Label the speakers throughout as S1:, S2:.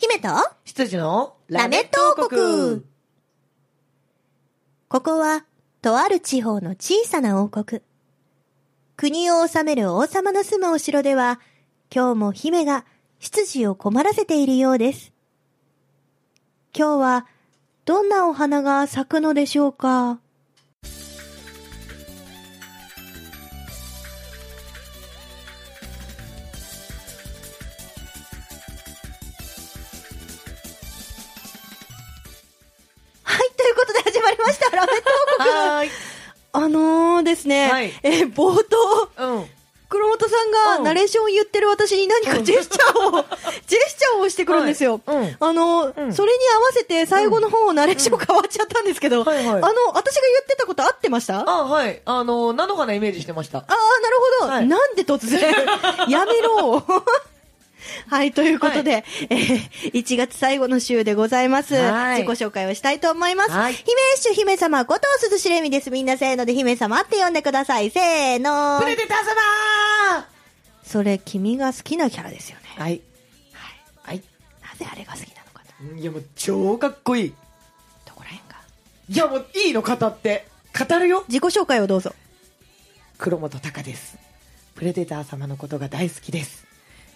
S1: 姫と
S2: 羊の
S1: ラメット王国ここは、とある地方の小さな王国。国を治める王様の住むお城では、今日も姫が執事を困らせているようです。今日は、どんなお花が咲くのでしょうかはい、ということで始まりま した、ラメット王国
S2: はーい。
S1: あのーですね、
S2: はい
S1: えー冒頭、
S2: うん。
S1: 黒本さん
S2: う
S1: が
S2: ん
S1: ナレーションを言ってる私に何かジェスチャ ーを、ジェスチャーをしてくるんですよ。
S2: はいうん
S1: あのー、
S2: うん
S1: それに合わせて最後の方をナレーション変わっちゃったんですけど、
S2: はいはい
S1: あの、私が言ってたこと合ってましたあ
S2: あ、はい。あの、菜の花イメージしてました。
S1: あー、なるほど、
S2: はい
S1: なんで突 然やめろ はい、ということで、えー1月最後の週でございます。
S2: はい
S1: 自己紹介をしたいと思います。
S2: はい
S1: 姫主姫様こと鈴しれみです。みんなせーので姫様って呼んでください。せーの
S2: プレデター様
S1: それ君が好きなキャラですよね
S2: はい。はい。
S1: なぜあれが好きなのかない
S2: や、もう超かっこいい。
S1: どこら辺が
S2: いや、もういいの語って。語るよ。
S1: 自己紹介をどうぞ
S2: 黒本隆です。プレデター様のことが大好きです。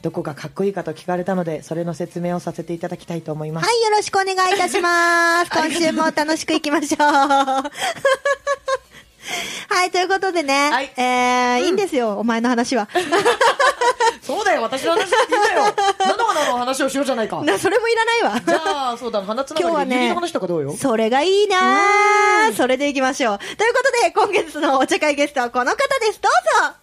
S2: どこがかっこいいかと聞かれたので、それの説明をさせていただきたいと思いま
S1: は
S2: す。
S1: いよろしくお願いいたします 今週も楽しくいきましょう はいということでね、
S2: はい
S1: えーいいんですよ、お前の話は
S2: そうだよ、私の話だっていいんだよ。 菜の花の話をしようじゃないか。
S1: なそれもいらない
S2: じ
S1: わ
S2: ゃあ、そうだ、花つな
S1: 今日
S2: が
S1: は
S2: りで指
S1: ね
S2: の話とかどうよ。
S1: それがいいなーそれでいきましょうということで今月のお茶会ゲストはこの方ですどうぞ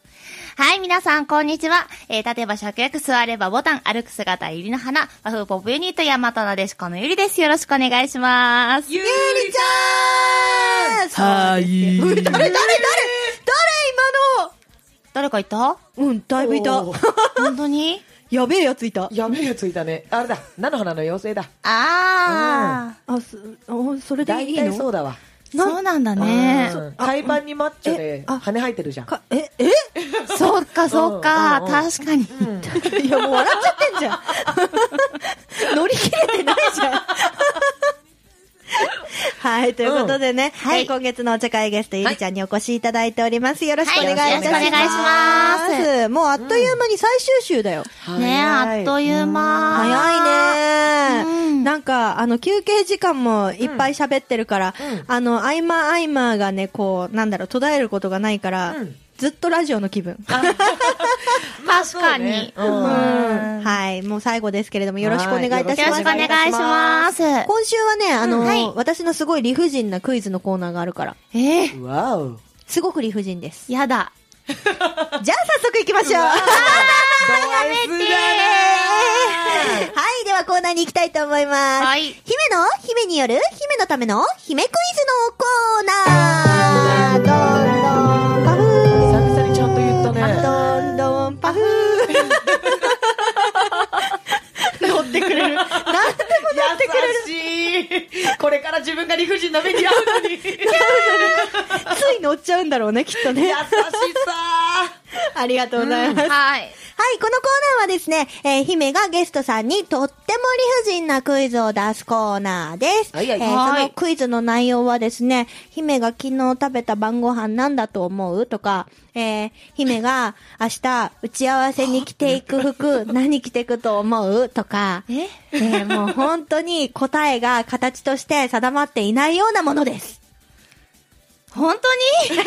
S3: はい、皆さん、こんにちは。えー、立てば芍薬、座ればボタン、歩く姿、ゆりの花、和風ポップユニット、大和なでしこのゆりです。よろしくお願いします。
S2: ゆう
S1: ゆりちゃん
S2: はい
S1: そうですようん誰誰誰誰
S3: 誰かいた
S1: 今のうん、だいぶいた。
S2: おー
S3: 本当に
S1: やべえやついた。
S2: やべえやついたね。あれだ、菜の花の妖精だ。
S3: あ
S1: あ、そ、あそれで
S2: 大
S1: いいの
S2: 体そうだわ。
S3: ー、そうなんだね。
S2: うん海パンにマッチョで
S1: あ
S2: 羽生えてるじゃん。
S1: かえ、え
S3: そっか、そっか、
S2: うんうんうん
S3: 確かに。
S1: いや、もう笑っちゃってんじゃん。 乗り切れてないじゃん。 はい、ということでね、
S3: んはい
S1: えー今月のお茶会ゲスト、ゆりちゃんにお越しいただいております。よろしくお願いいたします。
S3: はいよろしくお願いし
S1: もうあっという間に最終週だよ。
S3: ねあっという間。
S1: 早いね、
S3: うん
S1: なんか、あの、休憩時間もいっぱい喋ってるから、
S2: うん
S1: あの、合間合間がね、こう、なんだろう、途絶えることがないから、
S2: うん
S1: ずっとラジオの気分。
S3: 確かに。
S2: まあそうね
S3: うん
S1: はい、もう最後ですけれども、よろしくお願いいたし
S3: よろ
S1: ま
S3: しく
S1: す。
S3: お願いします。
S1: 今週はね、あの、
S3: うんはい
S1: 私のすごい理不尽なクイズのコーナーがあるから、
S3: えー、
S2: うんわお。
S1: すごく理不尽です。
S3: やだ。
S1: じゃあ早速行きましょう。
S2: やめて
S1: はい、ではコーナーに行きたいと思います。
S3: はい
S1: 姫の姫による姫のための姫クイズのコーナーどんどん
S2: 久々にちゃんと言ったね。
S1: パフどんどんパフ乗ってくれる。なんでも乗ってくれる。
S2: 優しい。これから自分が理不尽な目に遭 うのに。優し
S1: つい乗っちゃうんだろうね、きっとね。
S2: さ。
S1: ありがとうございます。
S3: はい。
S1: はい、このコーナーはですね、えー姫がゲストさんにとっても理不尽なクイズを出すコーナーです。
S2: はいはい
S1: えー
S3: はい
S1: そのクイズの内容はですね、姫が昨日食べた晩ご飯なんだと思うとか、えー姫が明日打ち合わせに着ていく 服何着ていくと思うとか、
S3: え
S1: えーもう本当に答えが形として定まっていないようなものです。
S3: 本当に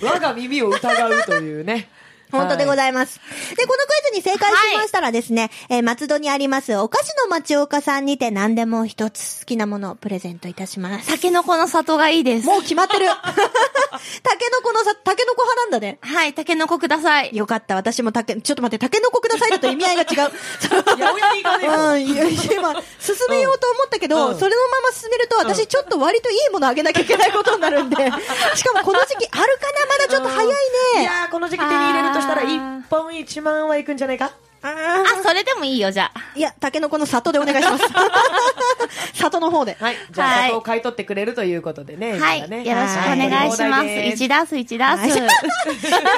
S2: 我が耳を疑うというね。
S1: 本当でご
S2: い
S1: ざいます。で、このクイズに正解しましたらですね、えー松戸にありますお菓子の町岡さんにて何でも一つ好きなものをプレゼントいたします。
S3: タケノコの里がいいです。
S1: もう決まって る。タケノコのさ、タケノコ派なんだね。
S3: はい、タケノコください。
S1: よかった。私もタケ、ちょっと待って、タケノコくださいだと意味合いが違 う。
S2: ます。やおやに行かねえよ
S1: うん、いや今、進めようと思ったけど、
S2: うん
S1: それのまま進めると、私ちょっと割といいものあげなきゃいけないことになるんで、しかもこの時期あるかなまだちょっと早いね。
S2: いやーこの時期手に入れるとしたら1本1万はいくんじゃないか
S1: あ
S3: あ、それでもいいよ、じゃあ。
S1: ーいや、タケノコの里でお願いします。里の方で。
S2: はい。じゃあ、
S3: はい
S2: 砂糖を買い取ってくれるということでね。
S3: はい。よ
S2: 今
S3: ろし
S2: ね
S3: くお願いします。1。ダース、1ダー ス。
S1: でも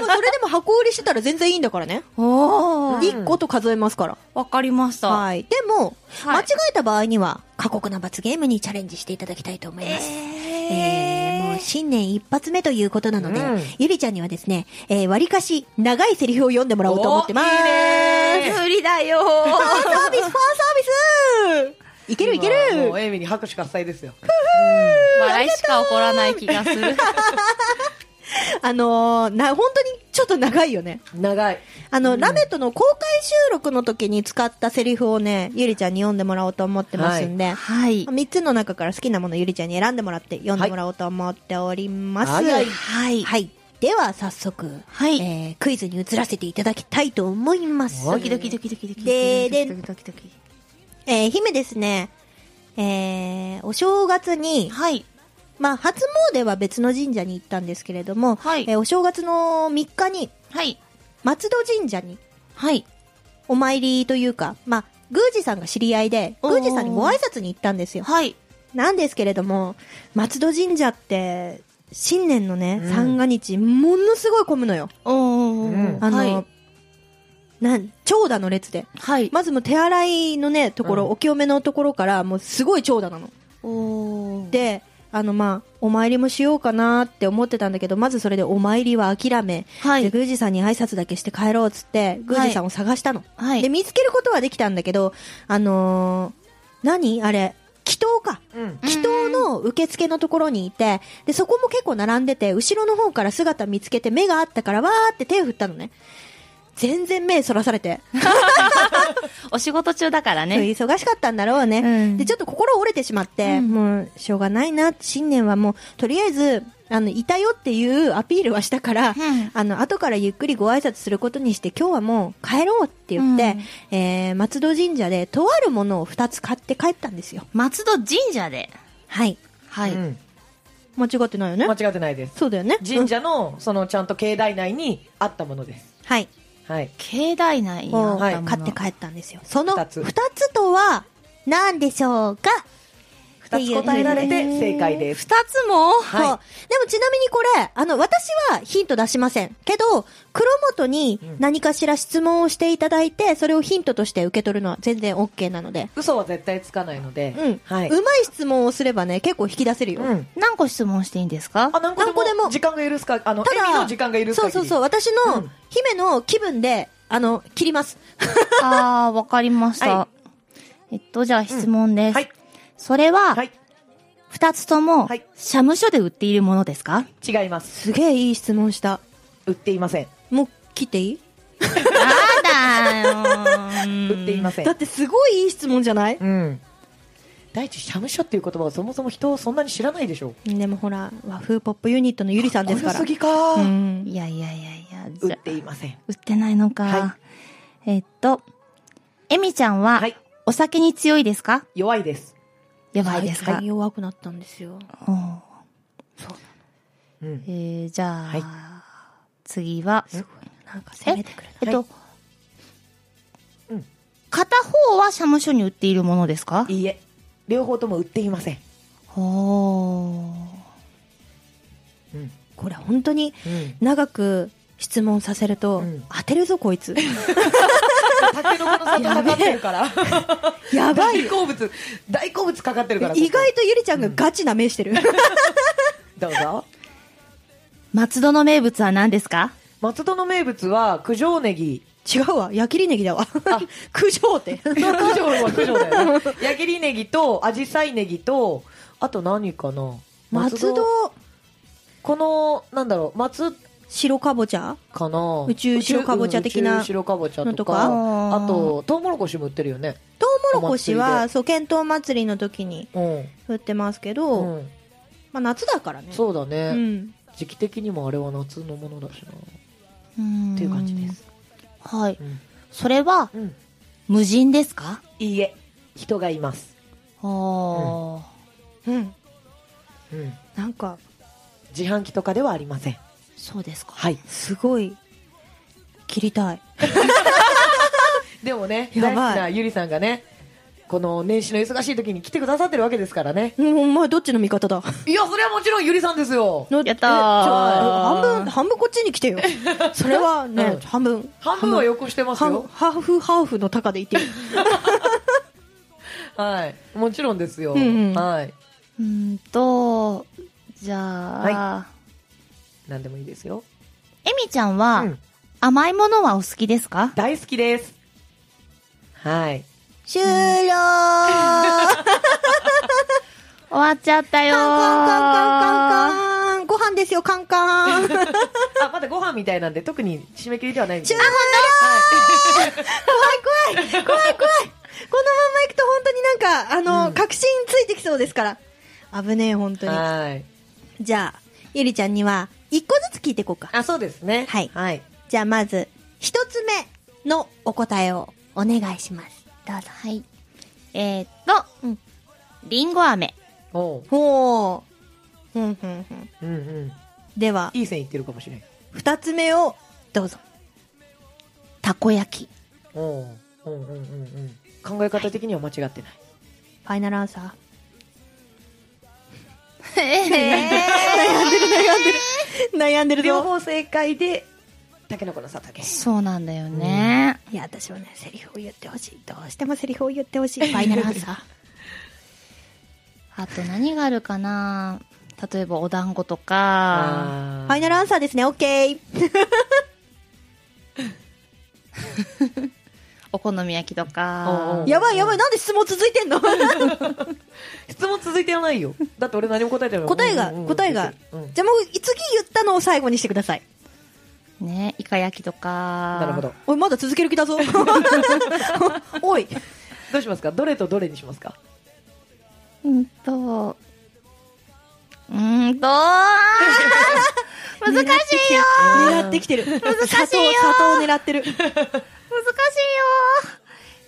S1: それでも箱売りしてたら全然いいんだからね。
S3: おー。
S1: 1個と数えますから。
S3: わかりました。
S1: はい。でも、
S3: はい
S1: 間違えた場合には、過酷な罰ゲームにチャレンジしていただきたいと思います。えーもう新年一発目ということなので、
S2: うん
S1: ゆりちゃんにはですね、えー、割かし長いセリフを読んでもらおうと思ってます。
S2: おいいね
S3: 無理だ よ
S1: ファンサービス、ファンサービスいけるいけ
S2: 今もう
S1: る
S2: エイミに拍手喝采ですよ。
S3: 笑いしか起こらない気がする。
S1: あのーな、本当にちょっと長いよね。
S2: 長い。
S1: あの、ラメットの公開収録の時に使ったセリフをね、ゆりちゃんに読んでもらおうと思ってますんで、
S3: はい。
S1: 3つの中から好きなものをゆりちゃんに選んでもらって読んでもらおうと思っております。
S2: はいはい
S3: はい。
S1: はいでは早速、
S3: はい
S1: えークイズに移らせていただきたいと思います。
S2: は
S3: ド
S2: い
S3: キドキドキドキドキ。
S1: でで
S3: ドキドキドキドキ。
S1: えー姫ですね、えーお正月に、
S3: はい。
S1: まあ、初詣は別の神社に行ったんですけれども、
S3: はい
S1: えーお正月の3日に、
S3: はい。
S1: 松戸神社に
S3: はい。
S1: お参りというか、まあ、宮司さんが知り合いで、
S3: おー
S1: 宮司さんにご挨拶に行ったんですよ。
S3: はい。
S1: なんですけれども、松戸神社って、新年のね、
S2: うん
S1: 三が日、ものすごい混むのよ。
S3: おー。
S1: あの、
S3: はい
S1: なん、長蛇の列で。
S3: はい。
S1: まずもう手洗いのね、ところ、
S2: うん
S1: お清めのところから、もうすごい長蛇なの。
S3: おー。
S1: で、あのまあ、お参りもしようかなって思ってたんだけど、まずそれでお参りは諦め、
S3: は
S1: で、
S3: い。
S1: 宮司さんに挨拶だけして帰ろうっつって、宮司さんを探したの。
S3: はい
S1: で、。見つけることはできたんだけど、あのー何あれ、祈祷か。
S2: うん。
S3: うん
S1: 祈祷の受付のところにいて、で、そこも結構並んでて、後ろの方から姿見つけて目があったから、わーって手を振ったのね。全然目そらされて、
S3: お仕事中だからね。
S1: 忙しかったんだろうね。
S3: うん
S1: で、ちょっと心折れてしまって、
S3: うん
S1: もう、しょうがないな、新年はもう、とりあえず、あの、いたよっていうアピールはしたから、
S3: うん
S1: あの、後からゆっくりご挨拶することにして、今日はもう帰ろうって言って、えー、松戸神社で、とあるものを2つ買って帰ったんですよ。
S3: 松戸神社で。
S1: はい。
S3: はい。
S2: うん
S1: 間違ってないよね
S2: 間違ってないです。
S1: そうだよね。
S2: 神社の、その、ちゃんと境内内にあったものです。
S1: うんはい。
S2: はい。
S3: 境内内にあ
S1: を
S3: っ
S2: はい
S3: たもの。
S1: 買って帰ったんですよ。その
S2: 二
S1: 2
S2: つ
S1: つとは、何でしょうか
S2: 二つ答えられて正解です。
S3: 二つも
S2: はい
S1: そう。でもちなみにこれ、あの、私はヒント出しません。けど、黒本に何かしら質問をしていただいて、それをヒントとして受け取るのは全然 OK なので。
S2: 嘘は絶対つかないので。
S1: うん。
S2: はい。
S1: うまい質問をすればね、結構引き出せるよ。
S2: うん。
S3: 何個質問していいんですか
S2: あ、何個で
S1: 何個で
S2: も
S1: も
S2: 時間が許すか、あの、
S1: た
S2: エミ
S1: だ、
S2: の時間が許す
S1: そ
S2: か。
S1: うそうそう。。私の、
S2: うん
S1: 姫の気分で、あの、切ります。
S3: あー、わかりました。
S2: は
S3: えっと、じゃあ質問です。
S2: はい。
S3: それは
S2: は、い。
S3: 二つとも
S2: はい、
S3: 社務所で売っているものですか
S2: 違います。
S1: すげえいい質問した。
S2: 売っていません。
S1: もう、切っていい
S3: あだよ
S2: 売っていません
S1: だっ。てすごいいい質問じゃない
S2: うん。第一、社務所っていう言葉はそもそも人をそんなに知らないでしょう。
S1: でもほら、和風ポップユニットのゆりさんですから。
S2: すぎか、
S1: うん。
S3: いやいやいやいや、じ
S2: 売
S3: ゃ
S2: っていません。
S3: 売ってないのか。
S2: は
S3: えっと、エミちゃんは
S2: はい、
S3: お酒に強いですか
S2: 弱いです。
S3: やばいですか、
S1: 最近弱くなったんですよ。
S3: おう
S2: うん。
S3: えー、じゃあ、
S2: はい
S3: 次は、
S1: なんか攻
S3: え
S1: めてくるな。
S3: えっと、
S2: うん
S3: 片方は社務所に売っているものですか
S2: いいえ。両方とも売っていません。
S3: おー。
S2: うん。
S1: これ本当に
S2: うん。
S1: 長く質問させると、
S2: うん
S1: 当てるぞこい つ。
S2: タケノコの里かかってるから。
S1: やばい
S2: 大
S1: よ。
S2: 好物、大好物かかってるから。
S1: 意外とゆりちゃんがガチな目してる。
S2: どうぞ。
S3: 松戸の名物は何ですか
S2: 松戸の名物は、九条ネギ。
S1: 違うわ。矢切ネギだわ。苦情って。
S2: 九条は九条だよね。 矢切ネギと、アジサイネギと、あと何かな
S1: 松戸
S2: この、なんだろう、松
S1: 白かぼちゃ
S2: かな
S1: 宇宙白かぼちゃ的な
S2: 宇宙白かぼちゃ
S1: の
S2: と
S1: と
S2: か、
S3: か
S2: あと、トウモロコシも売ってるよね。
S1: トウモロコシ
S2: お祭
S1: は、
S2: り
S1: そう、検討祭りの時に
S2: うん。
S1: 売ってますけど、
S2: うん
S1: まあ夏だからね。
S2: そうだね、
S1: うん。
S2: 時期的にもあれは夏のものだしな、
S3: うーん
S2: っていう感じで。す。
S3: はい。
S2: うん。
S3: それは、
S2: うん
S3: 無人ですか
S2: いいえ、人がいます。
S3: あー。
S1: うん。
S2: うん。
S1: なんか、
S2: 自販機とかではありません。
S3: そうですか。
S2: はい。
S1: すごい、切りたい。
S2: でもね、
S1: やばい
S2: 大好きなゆりさんがね、この年始の忙しい時に来てくださってるわけですからね。
S1: うん、お前どっちの味方だ
S2: いや、それはもちろんゆりさんですよ。
S1: の
S3: やった
S1: えじ
S3: ー
S1: ゃあ半分、半分こっちに来て よ。それはね、
S2: うん
S1: 半分。
S2: 半分はよこしてます
S1: 半
S2: よ
S1: 分。ハーフ、ハーフの高でいてよ。
S2: はい。もちろんですよ。
S1: うんうん
S2: はい。
S3: うーんと、じゃあ、
S2: 何でもいいですよ。
S3: えみちゃんは、
S2: うん
S3: 甘いものはお好きですか
S2: 大好きです。はい。
S1: 終了カン
S3: 終わっちゃったよー
S1: カンカンカンカンカンご飯ですよ、カンカン終了
S2: あ、まだご飯みたいなんで、特に締め切りではないんですよ。
S1: 怖い怖い怖い怖いこのまんま行くと本当になんか、あの、
S2: うん
S1: 確信ついてきそうですから。危ねえ、本当に。
S2: はい。はい。
S1: じゃあ、ゆりちゃんには、一個ずつ聞いていこうか。
S2: あ、そうですね。
S1: はい
S2: はい。
S1: じゃあまず、一つ目のお答えをお願いします。どうぞ。
S3: はい。えー、っと、
S1: うん
S3: りんご飴。
S2: おう。
S1: ほう。ふんふんふん。
S2: うんうん。
S1: では、
S2: いい線いってるかもしれん。
S1: 二つ目をどうぞ。
S3: たこ 焼き。
S2: おう。うんうんうんうん。考え方的には間違ってない。
S1: ファイナルアンサー。悩んでる
S2: 両
S1: ぞ。
S2: 方正解で、たけのこの里です。
S3: そうなんだよね。
S1: いや、私はね、セリフを言ってほしい。どうしてもセリフを言ってほしい。ファイナルアンサー。
S3: あと何があるかな例えばお団子とか、
S1: ファイナルアンサーですね、オッケー。
S3: お好み焼きと
S2: おうお
S3: か
S2: う。
S1: やばいやばい、なんで質問続いてんの
S2: 質問続いてはないよ。だって俺何も答えてない。
S1: 答えが、
S2: うんうんうん
S1: 答えが。
S2: うん
S1: じゃあもう、次言ったのを最後にしてください。
S3: ね、イカ焼きとか。
S2: なるほど。。
S1: おい、まだ続ける気 だぞ。おい。
S2: どうしますかどれとどれにしますか
S3: うんと、うんと、あー難しいよ
S1: 狙ってきてる。難しいよ砂糖、砂糖狙ってる。
S3: 難しいよ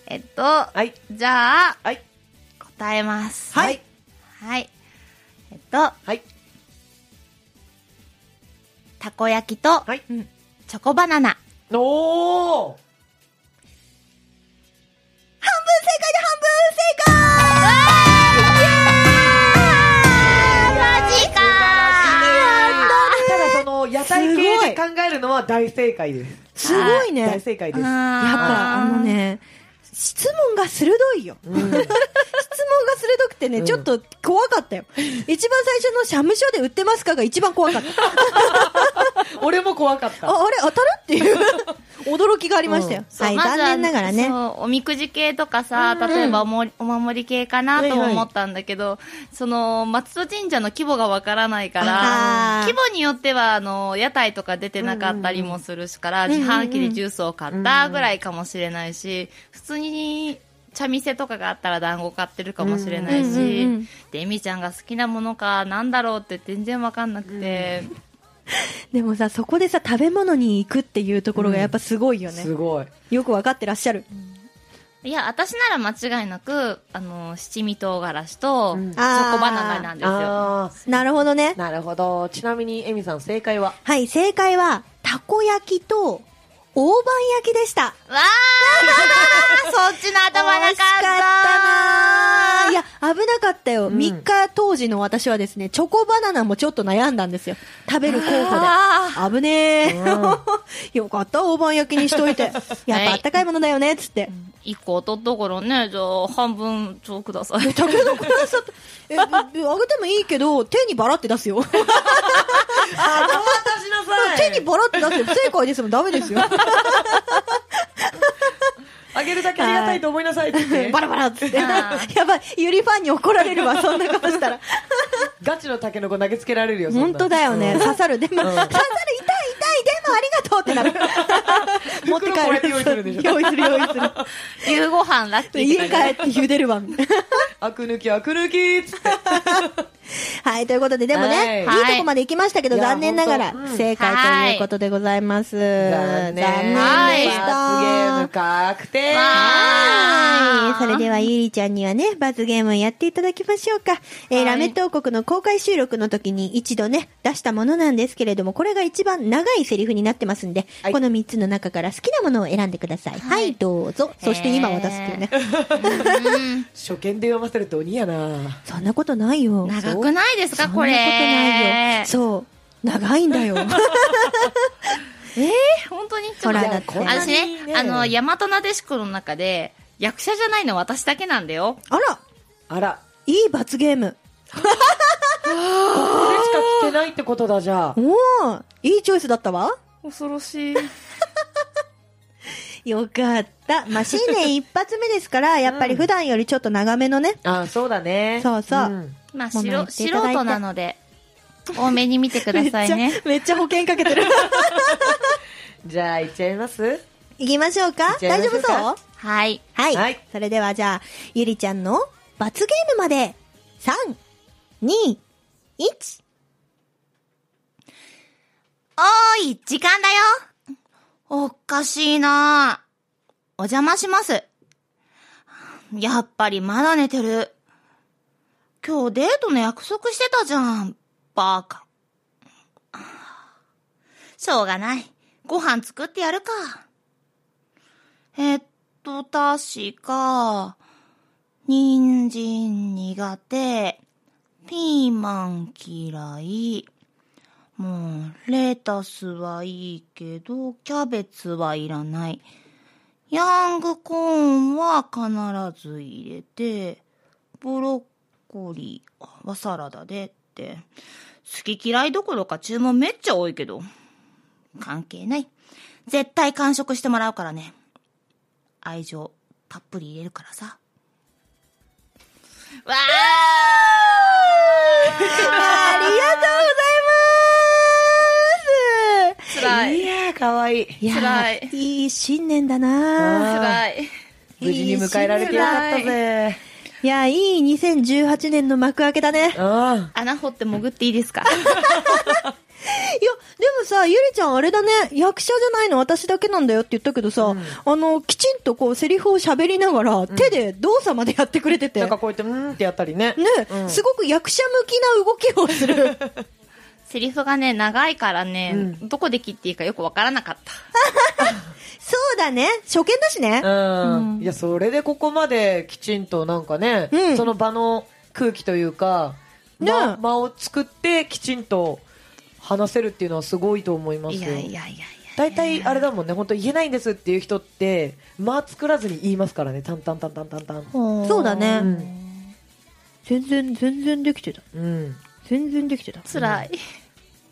S3: えっと、
S2: はい。
S3: じゃあ、
S2: はい。
S3: 答えます。
S1: はい
S2: はい。
S3: はい。えっと、
S2: はい。
S3: たこ焼きと
S2: はい。
S3: チョコバナナ。
S2: おーた
S3: マジか
S2: だその、屋台系で考えるのは大正解です。
S1: すごいね。や
S2: 大
S1: っ
S2: 正解
S3: ー
S2: です。
S1: ぱ、あのね、質問が鋭いよ。
S2: うん
S1: 質問が鋭くてね、
S2: うん
S1: ちょっと怖かったよ。一番最初の社務所で売ってますかが一番怖かった。
S2: 俺も怖 かった。
S1: あ、あれ当たるって いう驚きがありましたよ。
S3: そう
S1: はい、
S3: ま
S1: 残
S3: ずは
S1: 念ながらね。
S3: そうおみくじ系とかさ、例えばおもお守り系かなと
S2: はいはい
S3: 思ったんだけど、その松戸神社の規模がわからないか
S1: あ
S3: ら
S1: ー
S3: 規模によってはあの屋台とか出てなかったりもするしから、
S1: んうんうん
S3: 自販機でジュースを買ったぐらいかもしれないし、普通に茶店とかがあったら団子買ってるかもしれない
S1: うん
S3: し、
S1: うんうん
S3: でエミちゃんが好きなものかなんだろうって全然わかんなくて、
S1: でもさ、そこでさ、食べ物に行くっていうところがやっぱすごいよね。
S2: すごい。
S1: よくわかってらっしゃる。
S3: いや私なら間違いなくあの七味唐辛子と、
S2: うん
S3: チョコバナナなんですよ。
S2: あ
S1: なるほどね
S2: ー。なるほど。ちなみに、エミさん正解は
S1: はい、正解は、たこ焼きと、大判焼きでした。
S3: わーそっちの頭なか
S1: 惜し
S3: った
S1: ったないや、危なかったよ。
S2: うん
S1: 三日当時の私はですね、チョコバナナもちょっと悩んだんですよ。食べる候
S3: あ
S1: 補で。危ねえ。
S2: うん
S1: よかった、大判焼きにしとい て。やっぱあったかいものだよね、つって。
S3: 一個取ったからね、じゃあ半分ちょうくだ さい。
S1: 竹の子屋さんえ、ぶぶあげてもいいけど、手にバラって出すよ。
S2: あ、ごまかしな
S1: 手にバラって出すよ。不正解ですもん、ダメですよ。
S2: あげるだけありがたいと思いなさいって言 って
S1: バラバラっつって。や
S3: あ
S1: ばい、ゆりファンに怒られるわ、そんなことしたら。
S2: ガチのタケノコ投げつけられるよ、そんな
S1: 本当だよね。刺さる。でも、刺
S2: うん
S1: さる、痛い痛い、でもありがとうってなる。持って
S2: 袋こうやっ
S1: 帰る。
S2: て用意するんでし
S1: 用
S2: ょ
S1: 意する、用意 する。
S3: 夕ご飯ラッキーって
S1: 家
S3: 感じ
S1: 帰って茹でるわ。
S2: あく抜き、あく抜きっつって。
S1: はい、ということで、でもね、
S2: はい
S1: い、いとこまで行きましたけど、
S2: いや
S1: 残念ながら
S2: ほんとう、ん
S1: 不正解ということでございます。
S2: 残念
S1: でした。
S2: 罰ゲーム確定
S3: わ
S1: はい。それでは、ゆりちゃんにはね、罰ゲームやっていただきましょうか。えー
S3: はい
S1: ラメット王国の公開収録の時に一度ね、出したものなんですけれども、これが一番長いセリフになってますんで、
S2: はい
S1: この3つの中から好きなものを選んでください。はい、どうぞ。そして今渡すっていうね。
S3: うん
S2: 初見で読ませると鬼やな
S1: そんなことないよ。
S3: 長くないですか、
S1: そんな
S3: こ
S1: こと
S3: れ。
S1: ないよ。そう。長いんだよ。
S3: 本当に
S1: ほら
S3: ちょっと
S1: だって
S2: こんな
S3: 私
S2: に
S3: ね、あの、大和なでしこの中で、役者じゃないの私だけなんだよ。
S1: あら、
S2: あら
S1: いい罰ゲーム。
S2: これしか聞けないってことだじゃあ
S1: おお、いいチョイスだったわ。
S3: 恐ろしい。
S1: よかった。まあ、新年一発目ですから、やっぱり普段よりちょっと長めのね。
S2: あそうだね
S1: そうそうん
S3: まあ、
S1: もう
S3: しろ
S1: 泣い
S3: 素
S1: ていただいて
S3: 人なので、多めに見てください
S1: めっ
S3: ね
S1: ち。ゃ、めっちゃ保険かけてる。
S2: じゃあいっちゃいます
S1: 行きましょうか
S2: 行っちゃ
S1: 大
S2: いまし
S1: 丈夫
S2: ょうか
S1: そう
S3: はい。
S1: はい、
S2: はい
S1: それではじゃあ、ゆりちゃんの罰ゲームまで、3、2、1。
S3: おーい、時間だよおかしいなお邪魔します。やっぱりまだ寝てる。今日デートの約束してたじゃん。バカ。しょうがない。ご飯作ってやるか。えっと、確か、人参苦手、ピーマン嫌い。もう、レタスはいいけど、キャベツはいらない。ヤングコーンは必ず入れて、ブロッコリーはサラダでって。好き嫌いどころか注文めっちゃ多いけど。関係ない。絶対完食してもらうからね。愛情たっぷり入れるからさ。わ
S1: ありがとうございます
S3: ー辛い。
S2: いやーかわいい
S1: いやー
S3: 辛い
S1: いい新年だな
S2: あー
S3: 辛 い。
S2: 無事に迎えられてよかったぜ
S1: いやー、いい2018年の幕開けだね。いや、で
S2: うん
S3: 穴掘って潜っていいですか
S1: もさ、ゆりちゃんあれだね、役者じゃないの私だけなんだよって言ったけどさ、あの、きちんとこう、セリフを喋りながら、手で動作までやってくれ てて。
S2: なんかこうやってうーんってやったりね
S1: ね、
S2: うん
S1: すごく役者向きな動きをす る。
S3: セリフがね、長いからね、
S2: う
S3: どこで切っていいかよくわからなかった。
S1: そうだね。初見だしね。
S2: うん、いやそれでここまできちんとなんかね、
S1: うん
S2: その場の空気というか、
S1: ね
S2: ま間を作ってきちんと話せるっていうのはすごいと思います
S3: い
S2: よ
S3: やいやいやいや。
S2: 大体あれだもんね本当言えないんですっていう人って間作らずに言いますからねタンタンタンタンタンタン
S1: そうだね
S2: うん
S1: 全然、全然できてた。
S2: うん
S1: 全然できてた。
S3: つ らい。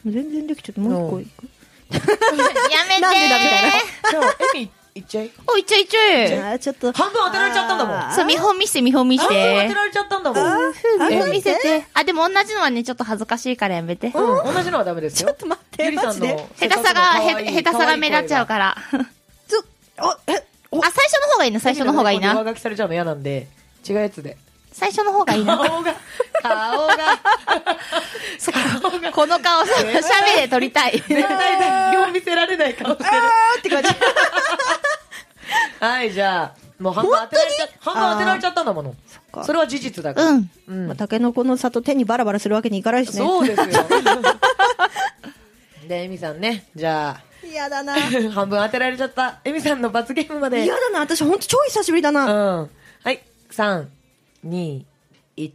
S1: 全然できてた。
S2: もう一個
S1: 一個。
S3: やめてー
S1: なんでだみたいな
S2: じゃあエミいっちゃい
S3: おいちょいちょい。
S1: あーちょっと。
S2: 半分当てられちゃったんだもん
S1: あー
S3: そう、見本見して見本見し
S2: 半分当て
S3: て。
S2: られちゃったんだもん、
S1: あ
S3: 見
S2: え
S3: 本見せ
S1: 待って
S3: て。あ、でも同じのはね、ちょっと恥ずかしいからやめて。下
S2: うん、同じのはダメです
S1: ちょ
S2: よ
S1: っと待っ
S2: ゆ
S1: て、
S2: りさ
S1: マ
S2: ん
S1: ジ
S2: の
S1: で。
S3: 手さが、へ、下手さが目立っちゃう
S2: ら
S3: から。あ、最
S1: ちょ、あ、え、お、
S3: 初の方がいいな、最初の方がいいな。
S2: 上書きされちゃうの嫌なんで違うやつで
S3: 最初の方がいいな。
S2: 顔が、顔 が、
S3: この顔、写メで撮りたい。
S2: 絶対誰にも見せられない顔してる。って感じ。 はい、じゃあ、もう半分当てられちゃ、半分当てられちゃったんだもの。
S1: か
S2: それは事実だから。
S3: うん。
S2: うん
S1: まあ、タケノコの里手にバラバラするわけにいかないしね。
S2: そう ですよ。で、エミさんね、じゃあ、
S1: 嫌だな。
S2: 半分当てられちゃった。エミさんの罰ゲームまで。
S1: 嫌だな。私ほんと超久しぶりだ
S2: うん。
S1: な。
S2: はい、3、2、1。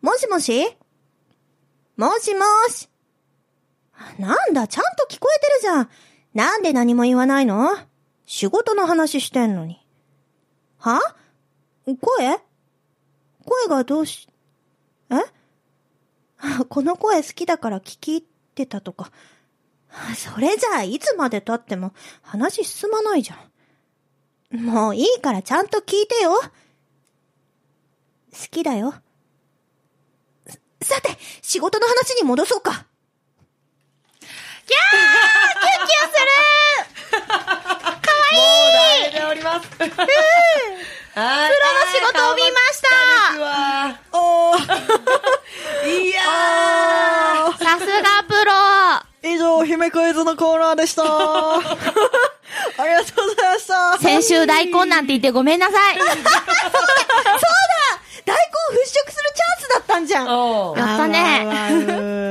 S1: もしもしもしもしなんだ、ちゃんと聞こえてるじゃん。なんで何も言わないの仕事の話してんのに。は声声がどうし、え あこの声好きだから聞き入ってたとか。あそれじゃあ、いつまで経っても話進まないじゃん。もういいからちゃんと聞いてよ。好きだよ。さて、仕事の話に戻そうか。
S2: もう慣れております。はい。プロの
S3: 仕事を見ました
S2: わ お姫クイズのコーナーで した。ありがとうございました。
S3: 先週大根なんて言ってごめんなさい。
S1: 大根を払拭するチャンスだったんじゃん
S2: お
S3: やった
S1: ね
S3: ね。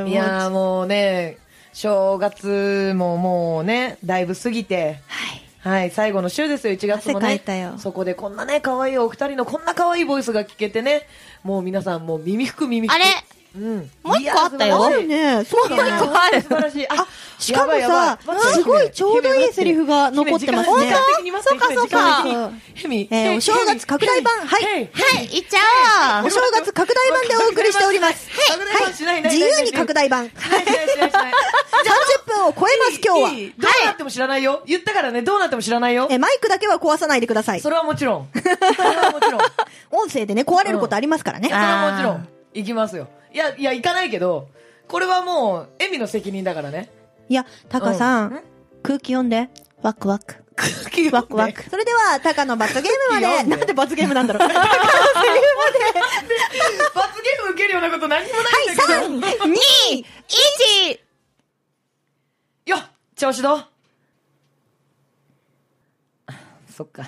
S2: いやーもうね、正月ももうね、だいぶ過ぎて、
S3: はい。
S2: はい、最後の週ですよ、1月
S1: 汗か
S2: も
S1: い
S2: ね
S1: たよ。
S2: そこでこんなね、可愛いお二人のこんな可愛いボイスが聞けてね、もう皆さんもう耳ふく耳ふく。
S3: あれ
S2: うん。
S3: もう一個あったよ
S2: いや
S1: あ
S2: ー素
S1: るね。そう
S2: 晴らしいい
S1: だ
S2: や
S1: ね
S2: ー本当に素晴らしい。あ、
S1: しかも
S2: やばいや
S1: さ
S2: ばい待っ、て
S1: すごいちょうどいいセリフが残ってますね。
S2: そうかそ
S1: そう
S2: うか
S1: か。
S2: 姫時間的に
S1: えーお正月拡大版はい。
S2: ヘイ
S3: はい、行っちゃお
S1: お
S3: う。
S1: 正月拡大版でお送りしております。
S2: 拡大版しない
S1: 自由に拡
S2: 大
S1: 大版。30
S2: しないしないしない
S1: 分を超えます、今
S2: いい
S1: 日は。
S2: どうなっても知らないよ。言ったからね、どうなっても知らないよ。
S1: え、マイクだけは壊さないでください
S2: そ。れはもちろん。それはもちろん。 そ
S1: 音声でね、壊れることありますからね
S2: れ。はもちろん。行きますよ。いや、いや、行かないけど、これはもう、エミの責任だからね。
S1: いや、タカさ
S2: うん
S1: ん、空気読んで。
S3: ワクワク。
S2: ワクワ。
S1: それでは、タカの罰ゲーム
S2: 空気
S1: ま
S2: 読ん
S1: で。
S2: で
S1: なんで罰ゲームなんだろう。 は
S2: 罰ゲーム受けるようなこと何もないんだけど。
S1: い、3、
S3: 2、1!
S2: よっ調子どうそっか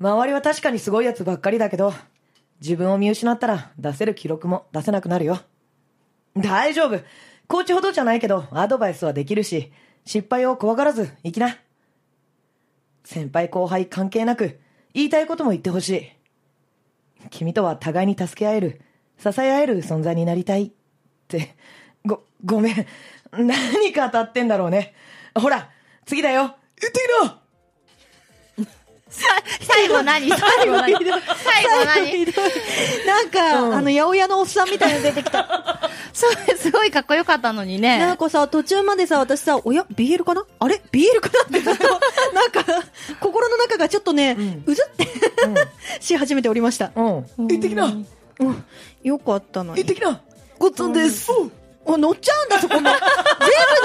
S2: 周りは確かにすごいやつばっかりだけど自分を見失ったら出せる記録も出せなくなるよ大丈夫コーチほどじゃないけどアドバイスはできるし失敗を怖がらず行きな先輩後輩関係なく言いたいことも言ってほしい君とは互いに助け合える支え合える存在になりたいって、ご、ごめん。何か当たってんだろうね。ほら、次だよ。言ってみろ
S3: 最後何最後何最後何
S1: なん
S2: うん
S1: か、あの、八百屋のおっさんみたいなの出てきた。
S3: それすごいかっこよかったのに
S1: なん
S3: ね。
S1: かさ、途中までさ、私さ、おや、BL かなあれ ?BL かなってずっと、なんか、心の中がちょっとね、
S2: ん
S1: うずって し始めておりました。
S2: うん。行ってきな行
S1: うんよかったの
S2: っ
S1: に。
S2: てきな
S1: ごっつんです。お乗っちゃうんだ、そこも。全部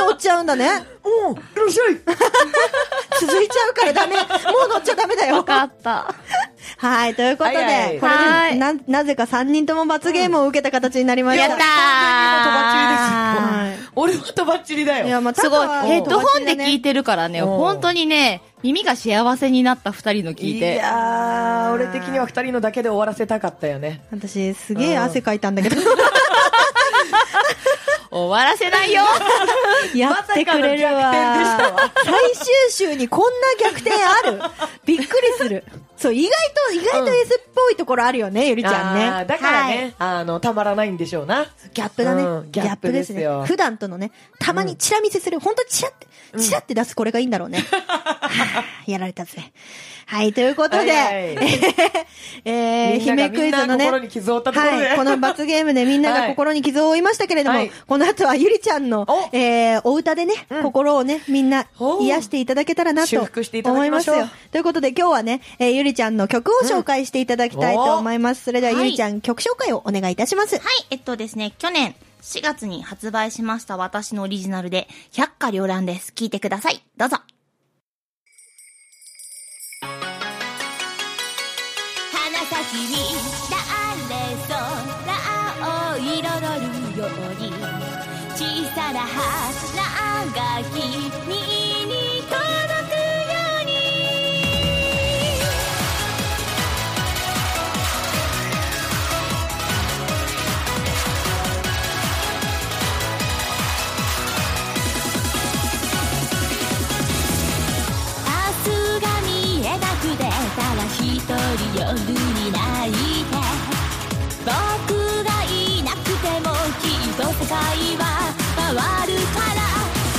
S1: 乗っちゃうんだね。
S2: うんいらっしゃい
S1: 続いちゃうからダメ。もう乗っちゃダメだよ
S3: わ。かった。
S1: はい、ということで、
S2: はいはい
S1: これで
S3: はい
S1: な、なぜか3人とも罰ゲームを受けた形になりまし
S3: や
S1: た。
S3: った
S1: は
S3: ー
S1: い
S2: 俺はとばっちりだ
S1: いや、
S2: よ。
S1: まあ、
S3: すごい。ヘッドホンで聞い
S1: て。
S3: てるからね、
S2: うん
S3: 本当にね、耳が幸せになった二人の聞いて。
S2: やー、俺的には二人のだけで終わらせたかったよね。
S1: 私、すげえ汗かいたんだけど。
S3: 終わらせないよ
S1: やってくれるわ。
S2: まさかの逆転
S1: 最終週にこんな逆転ある。びっくりする。そう、意外と、意外と S っぽいところあるよね、ゆりちゃん
S2: あー
S1: ね。
S2: だからね、あの、たまらないんでしょうな。
S1: ギャップだね、
S2: うん
S1: ギャップです
S2: ギャップですよ
S1: ね。普段とのね、たまにチラ見せする。本当チラって、チラって出すこれがいいんだ ろうね。はあやられたぜ。はい、ということで、
S2: はいはい
S1: えー、
S2: みんな
S1: 姫
S2: が
S1: クイズの
S2: みんな
S1: ね、
S2: 心に傷を負ったところで
S1: はい、この罰ゲームで みんなが心に傷を負いましたけれども、
S2: はい
S1: この後はゆりちゃんの
S2: お、
S1: えー、お歌でね、心をね、みんな
S2: ほう
S1: 癒していただけたらなと
S2: 修
S1: 思
S2: 復していただ
S1: い
S2: きま
S1: ま
S2: し
S1: す
S2: ょう
S1: よ。ということで今日はね、えー、ゆりちゃんの曲を紹介していただきたいと思います。それでは
S3: はい
S1: ゆりちゃん、曲紹介をお願いいたします。
S3: はい、えっとですね、去年4月に発売しました私のオリジナルで、百花繚乱です。聞いてください。どうぞ。
S4: 花咲きに誰空を彩るように小さな花が君に届くように明日が見えなく出たら一人夜に泣いて僕がいなくてもきっと世界は回るから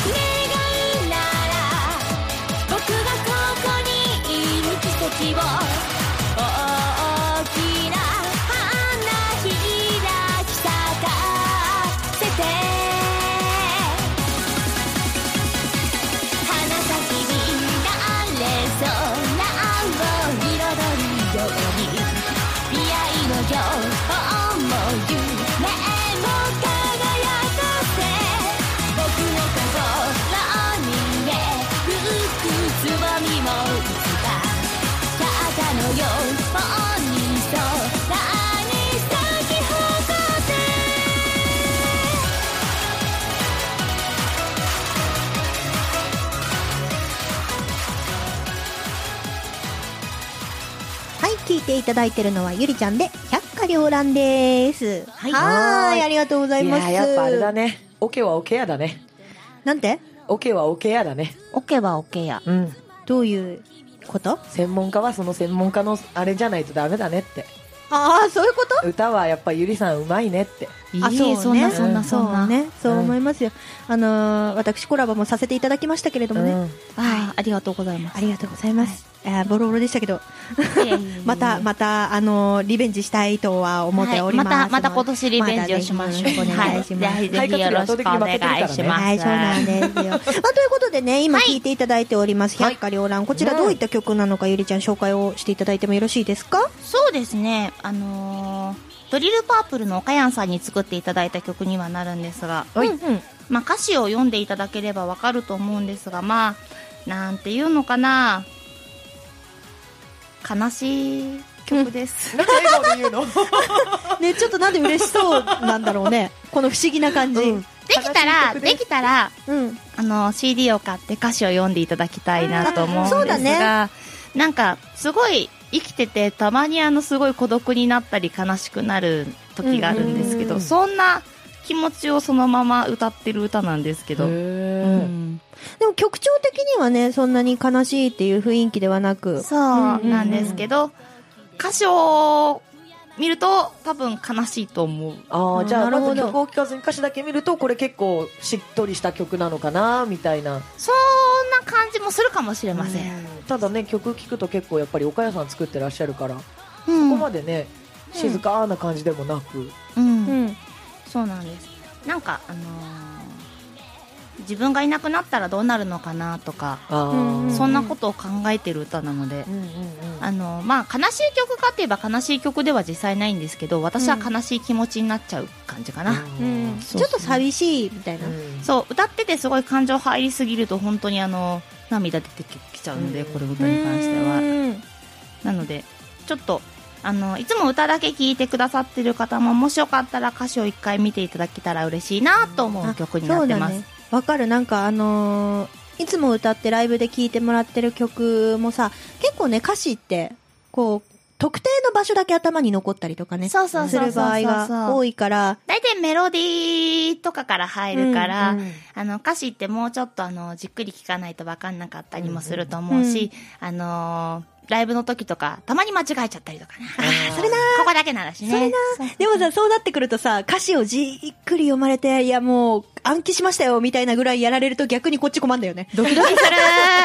S4: 願うなら僕がここにいる奇跡を大きな花開き咲かせて花咲きに誰空を彩るように未来の情報も夢も輝かせ僕の心にね吹くつぼみもいつかただのように空に咲き誇って「花咲きに誰空を彩るように」
S1: 聞いていただいてるのはゆりちゃんで百花繚乱です。はいーい、ありがとうござい
S2: い
S1: ま
S2: や
S1: す。
S2: ーやっぱあれだねオケはオケやだね
S1: なんて
S2: オケはオケやだね
S3: オケはオケや。
S2: うん
S1: どういうこと
S2: 専門家はその専門家のあれじゃないとダメだねって
S1: ああ、そういうこと
S2: 歌はやっぱゆりさんうまいねって
S1: あ
S3: いい
S1: そうね
S3: そんなそんなそんな。
S1: ね、そう思いますよ。あのー私コラボもさせていただきましたけれどもね。
S2: うん
S3: あーありがとうございます
S1: あ。りがとうございます。あーボロボロでしたけど、
S3: いえいえいえ
S1: また、また、あのーリベンジしたいとは思っておりますので、
S3: はい、またまた今年リベンジをしましょう、
S1: またねよろしくお願いします。
S3: はい、ぜひよろしくお願いします、
S1: はい、そうなんですよ。まあ、ということでね、今聞いていただいております、百花繚乱。こちらどういった曲なのか、ゆりちゃん紹介をしていただいてもよろしいですか
S3: そうですねあのードリルパープルの岡山さんに作っていただいた曲にはなるんですが、
S1: はい。
S3: まあ、歌詞を読んでいただければわかると思うんですがまあなんていうのかな悲しい 曲です、
S2: なんで笑顔で言うの
S1: ね、ちょっとなんで嬉しそうなんだろうね。この不思議な感じ。う
S2: うんん。
S3: できたらできたら
S1: うん。
S3: あの CD を買って歌詞を読んでいただきたいなと思うんです
S1: あ
S3: が
S1: そうだね
S3: なんかすごい生きててたまにあのすごい孤独になったり悲しくなる時があるんですけ
S2: うんうんう
S3: ど
S2: ん
S3: そんな気持ちをそのまま歌ってる歌なんですけど、う
S2: へー
S3: ん、
S1: でも曲調的にはね、そんなに悲しいっていう雰囲気ではなく。
S3: そうなんですけど、歌詞を見ると多分悲しいと思う
S2: ああじゃ
S1: あー
S2: あ
S1: なる
S2: ま
S1: ほど
S2: ず曲を聴かずに歌詞だけ見るとこれ結構しっとりした曲なのかなみたいな
S3: そんな感じもするかもしれません、
S2: ただね曲聴くと結構やっぱり岡谷さん作ってらっしゃるから、
S3: うん
S2: ここまでね
S1: うん
S2: 静かな感じでもなく、
S3: うん
S1: うん。
S3: そうなんですなんかあのー自分がいなくなったらどうなるのかなとか、
S2: あ
S1: うん
S2: ー
S3: そんなことを考えてる歌なので
S2: う、んうんうん
S3: あのーまあ悲しい曲かといえば悲しい曲では実際ないんですけど私は悲しい気持ちになっちゃう感じかな、
S1: うん。ち
S3: そうそう
S1: ょっと寂しいみたいな
S2: う。ん
S3: そう歌っててすごい感情入りすぎると本当にあの涙出てきちゃうので、
S2: うん
S3: これ歌に関しては、
S1: うん
S3: なのでちょっとあのいつも歌だけ聴いてくださってる方ももしよかったら歌詞を一回見ていただけたら嬉しいなと思う曲になってま
S1: あそうだ
S3: す
S1: ねわ、かるなんかあのーいつも歌ってライブで聴いてもらってる曲もさ結構ね歌詞ってこう特定の場所だけ頭に残ったりとかね
S3: そうそうそうそうそう
S1: する場合が多いから
S3: 大体メロディーとかから入るから、
S2: うん
S3: あの歌詞ってもうちょっとあのじっくり聞かないと分かんなかったりもすると思うし、あのーライブの時とかたまに間違えちゃったりとかね
S2: あーそれ
S3: なここだけならしね
S1: それなでもさそうなってくるとさ歌詞をじっくり読まれていやもう暗記しましたよみたいなぐらいやられると逆にこっち困んだよ ね
S3: ドキド キする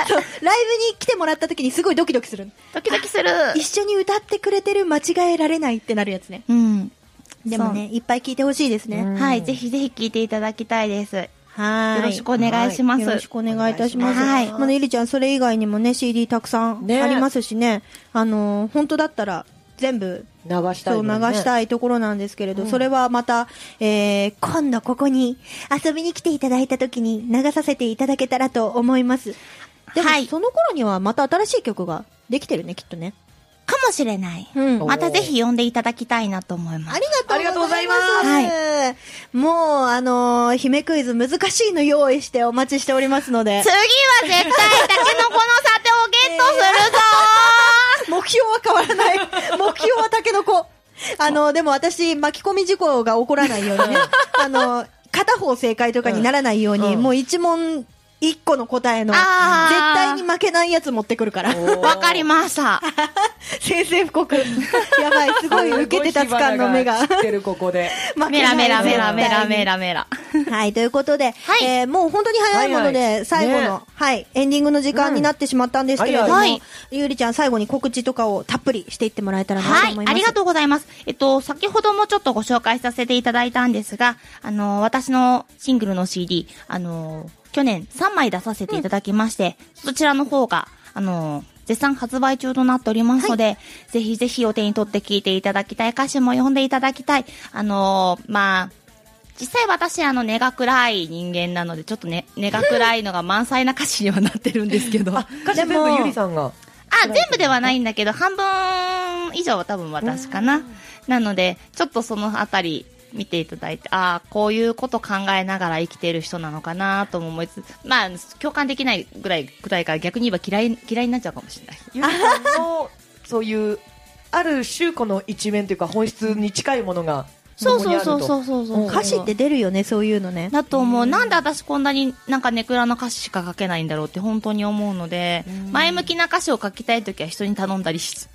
S1: そうライブに来てもらった時にすごいドキドキする
S3: ドキドキする
S1: 一緒に歌ってくれてる間違えられないってなるやつね
S3: うん
S1: でもねいっぱい聴いてほしいですね、
S2: うん
S3: はいぜひぜひ聞いていただきたいですよ
S1: はーい
S3: ろしくお願いします、
S1: よろしくお願いいたします。
S3: お願いします
S1: まあね、ゆりちゃん、それ以外にもね、CD たくさん
S2: ね
S1: ありますしね、あのー、本当だったら、全部、
S2: 流したい
S1: そう、
S2: も
S1: 流
S2: んね、
S1: したいところなんですけれど、
S2: うん
S1: それはまた、えー、今度ここに、遊びに来ていただいた時に流させていただけたらと思います。でも、
S3: はい
S1: その頃にはまた新しい曲ができてるね、きっとね。
S3: かもしれない、
S1: うん。
S3: またぜひ呼んでいただきたいなと思います
S1: ありがとうございます。
S3: ありがとうご
S1: はい。もう、あのー、姫クイズ難しいの用意してお待ちしておりますので
S3: 次。は絶対タケノコの査定をゲットするぞ
S1: 目標は変わら ない。目標はタケノコ。あの、でも私、巻き込み事故が起こらないよう にね。あの、片方正解とかにならないように、
S2: うん
S1: もう一問一個の答えの、絶
S3: あー
S1: 対に負けないやつ持ってくるから。
S2: おー
S3: わかりました。
S1: 宣戦布 告。やばい、すごい受けて立つ感の目が。
S2: す
S1: 負
S2: ごい火花散ってるこ こで
S3: メラメラメラメラメ
S1: ラ。
S3: ラメラ。
S1: はい、ということで、えーもう本当に早いもの
S2: はいは
S1: で、
S2: い
S1: 最後の
S2: ね、
S1: はい、エンディングの時間になってしまったんですけれども
S2: うん
S3: はいはい、
S1: ゆりちゃん最後に告知とかをたっぷりしていってもらえたらな
S3: は
S1: と
S3: い
S1: 思います。、
S3: ありがとうございます。えっと、先ほどもちょっとご紹介させていただいたんですが、あの、私のシングルの CD、あの、去年3枚出させていただきまして、そちらの方が、あの、絶賛発売中となっておりますので、ぜひぜひお手に取って聴いていただきたい歌詞も読んでいただきたい。あの、まあ、実際私あの根が暗い人間なのでちょっとね根が暗いのが満載な歌詞にはなってるんですけど
S2: あ歌詞全部ゆりさんが
S3: あ、全部ではないんだけど、半分以上は多分私かな。なので、ちょっとそのあたり見ていただいて、ああ、こういうこと考えながら生きてる人なのかなとも思いつつ、まあ、共感できないぐらい、ぐらいから逆に言えば嫌い、嫌いになっちゃうかもしれない。
S2: ゆりさんのそういうある周子の一面というか本質に近いものが
S3: そうそうそう
S2: う
S3: そうそうそう。
S1: 歌詞って出るよね、そういうのね。
S3: だと思う。なんで私こんなになんかネクラな歌詞しか書けないんだろうって本当に思うので、前向きな歌詞を書きたいときは人に頼んだりし、
S1: そ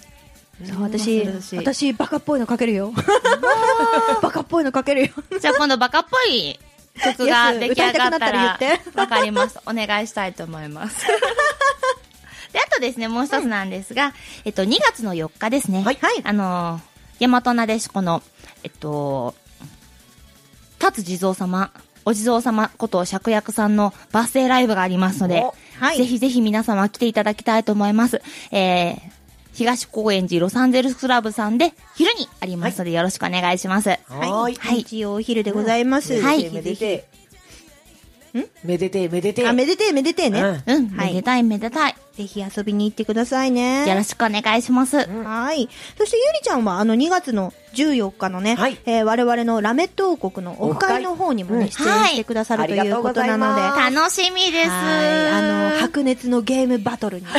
S1: う私
S3: うん私、
S1: 私、バカっぽいの書けるよ。 バカっぽいの書けるよ。
S3: じゃあ今度バカっぽい曲が出来上が
S1: 歌いたく
S3: ったら
S1: なったら言って、
S3: わかります。お願いしたいと思います。 で、あとですね、もう一つなんですが、えっと、2月の4日ですね。
S2: はいはい
S3: あのー、大和なでしこの、えっと、達地蔵様、お地蔵様こと釈薬さんのバースデーライブがありますので
S2: お、
S1: はい
S3: ぜひぜひ皆様来ていただきたいと思います。えー、東高円寺ロサンゼルスクラブさんで昼にありますので、よろしくお願いします。
S2: はーい
S3: はい
S1: 一応お昼でございます。
S3: はい
S2: めでてえめでてえめでてえ
S1: あ、めでてえ、めでてえ
S2: うん
S1: ね。
S3: うん、
S1: はい
S3: めでたいめでたい。
S1: ぜひ遊びに行ってくださいね。
S3: よろしくお願いします。
S1: はい。そして、ゆりちゃんは、あの、2月の14日のね、
S2: はい
S1: えー我々のラメット王国のオフ
S2: オフ会
S1: 会の方にもね、
S2: うん
S1: 出演してくださる、
S2: はい
S1: ということなので、
S2: ありがとうございます
S3: 楽しみです。
S1: はいあの、白熱のゲームバト ルにね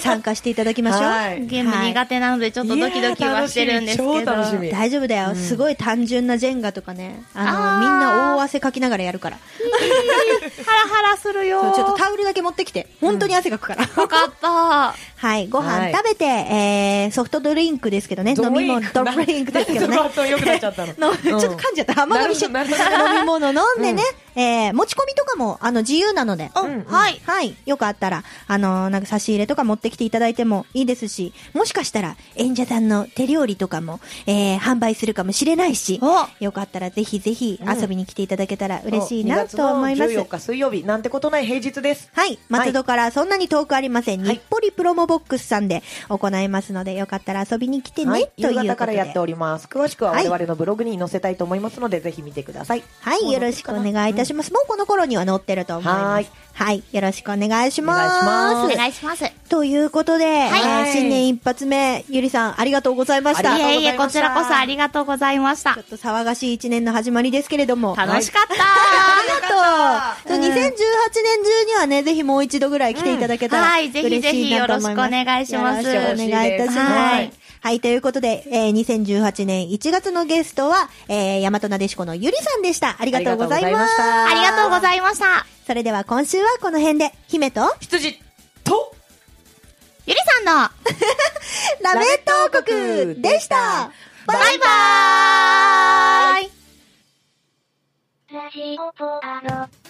S1: 参加していただきましょう。
S2: はい
S3: ゲーム苦手なのでちょっとドキドキはしてるんですけど。
S2: いやー楽しみ超楽しみ
S1: 大丈夫だよ、すごい単純なジェンガとかね。あの、
S3: あー
S1: みんな大汗かきながらやるから。
S3: ハラハラするよ
S1: そう
S3: ー。
S1: ちょっとタオルだけ持ってきて。本当に汗かくから。
S3: よかった。
S1: はい、ご
S2: は
S1: 飯
S2: い
S1: 食べて、えー、ソフトドリンクですけどね、
S2: ド
S1: 飲
S2: リンク
S1: み物、ドリンクですけどね。
S2: なん でその後良くなっちゃった の
S1: のちょっと
S2: うん
S1: 噛んじゃった。甘噛みしちゃった。
S2: なるほ
S1: 飲み物
S2: どなるほど
S1: 飲んでね、えー、持ち込みとかも、あの、自由なので。
S2: ん
S3: はい。
S1: はい。よかったら、あのーなんか差し入れとか持ってきていただいてもいいですし、もしかしたら演者さんの手料理とかも、えー、販売するかもしれないし、
S3: お
S1: よかったらぜひぜひ遊びに来ていただけたら嬉しい
S2: 2
S1: な
S2: 月
S1: と
S2: の
S1: 思います。
S2: 14日水曜日なんてことない平日です
S1: はい。松戸からそんなに遠くありません。
S2: はい
S1: 日暮里プロモボックスさんで行いますので、よかったら遊びに来てね、
S2: はい
S1: というこ
S2: 夕
S1: とで。
S2: 方からやっております詳しくは
S1: は
S2: 我
S1: い
S2: 々のブログに載せたいと思いますのでぜひ見てください
S1: はい。よろしくお願いいたします。もうこの頃には載ってると思います。は
S2: はいい。
S1: よろしくお願いします。
S2: お願
S3: お
S2: い
S3: 願いします。い
S1: ということで、
S2: はい
S1: えー新年一発目、ゆりさん、ありがとうございました。
S2: ありがとう
S3: え
S2: ご
S3: い
S2: ざ
S3: え、
S2: いま
S3: こ
S2: し
S3: ち
S2: た
S3: らこそありがとうございました
S1: ちょ。っと騒がしい一年の始まりですけれども。
S3: 楽しかった。
S1: ありがとう。そう2018年中にはね、ぜひもう一度ぐらい来ていただけたら、
S3: うんはいぜひぜひ
S1: 嬉しいなと思ます
S3: よろしくお願いします
S1: よろしくお願いいたします。は
S3: はいい。
S1: ということで、えー2018年1月のゲストは、えー、大和なでしこのゆりさんでした。ありがとうございます。
S2: あ
S3: ありがとうございました。
S1: それでは今週はこの辺で、姫と、
S2: 羊と
S3: ゆりさんの、
S1: ラメット王国でした。バ
S3: バ
S1: イバイ
S3: イバーイ
S5: ラジオポアド。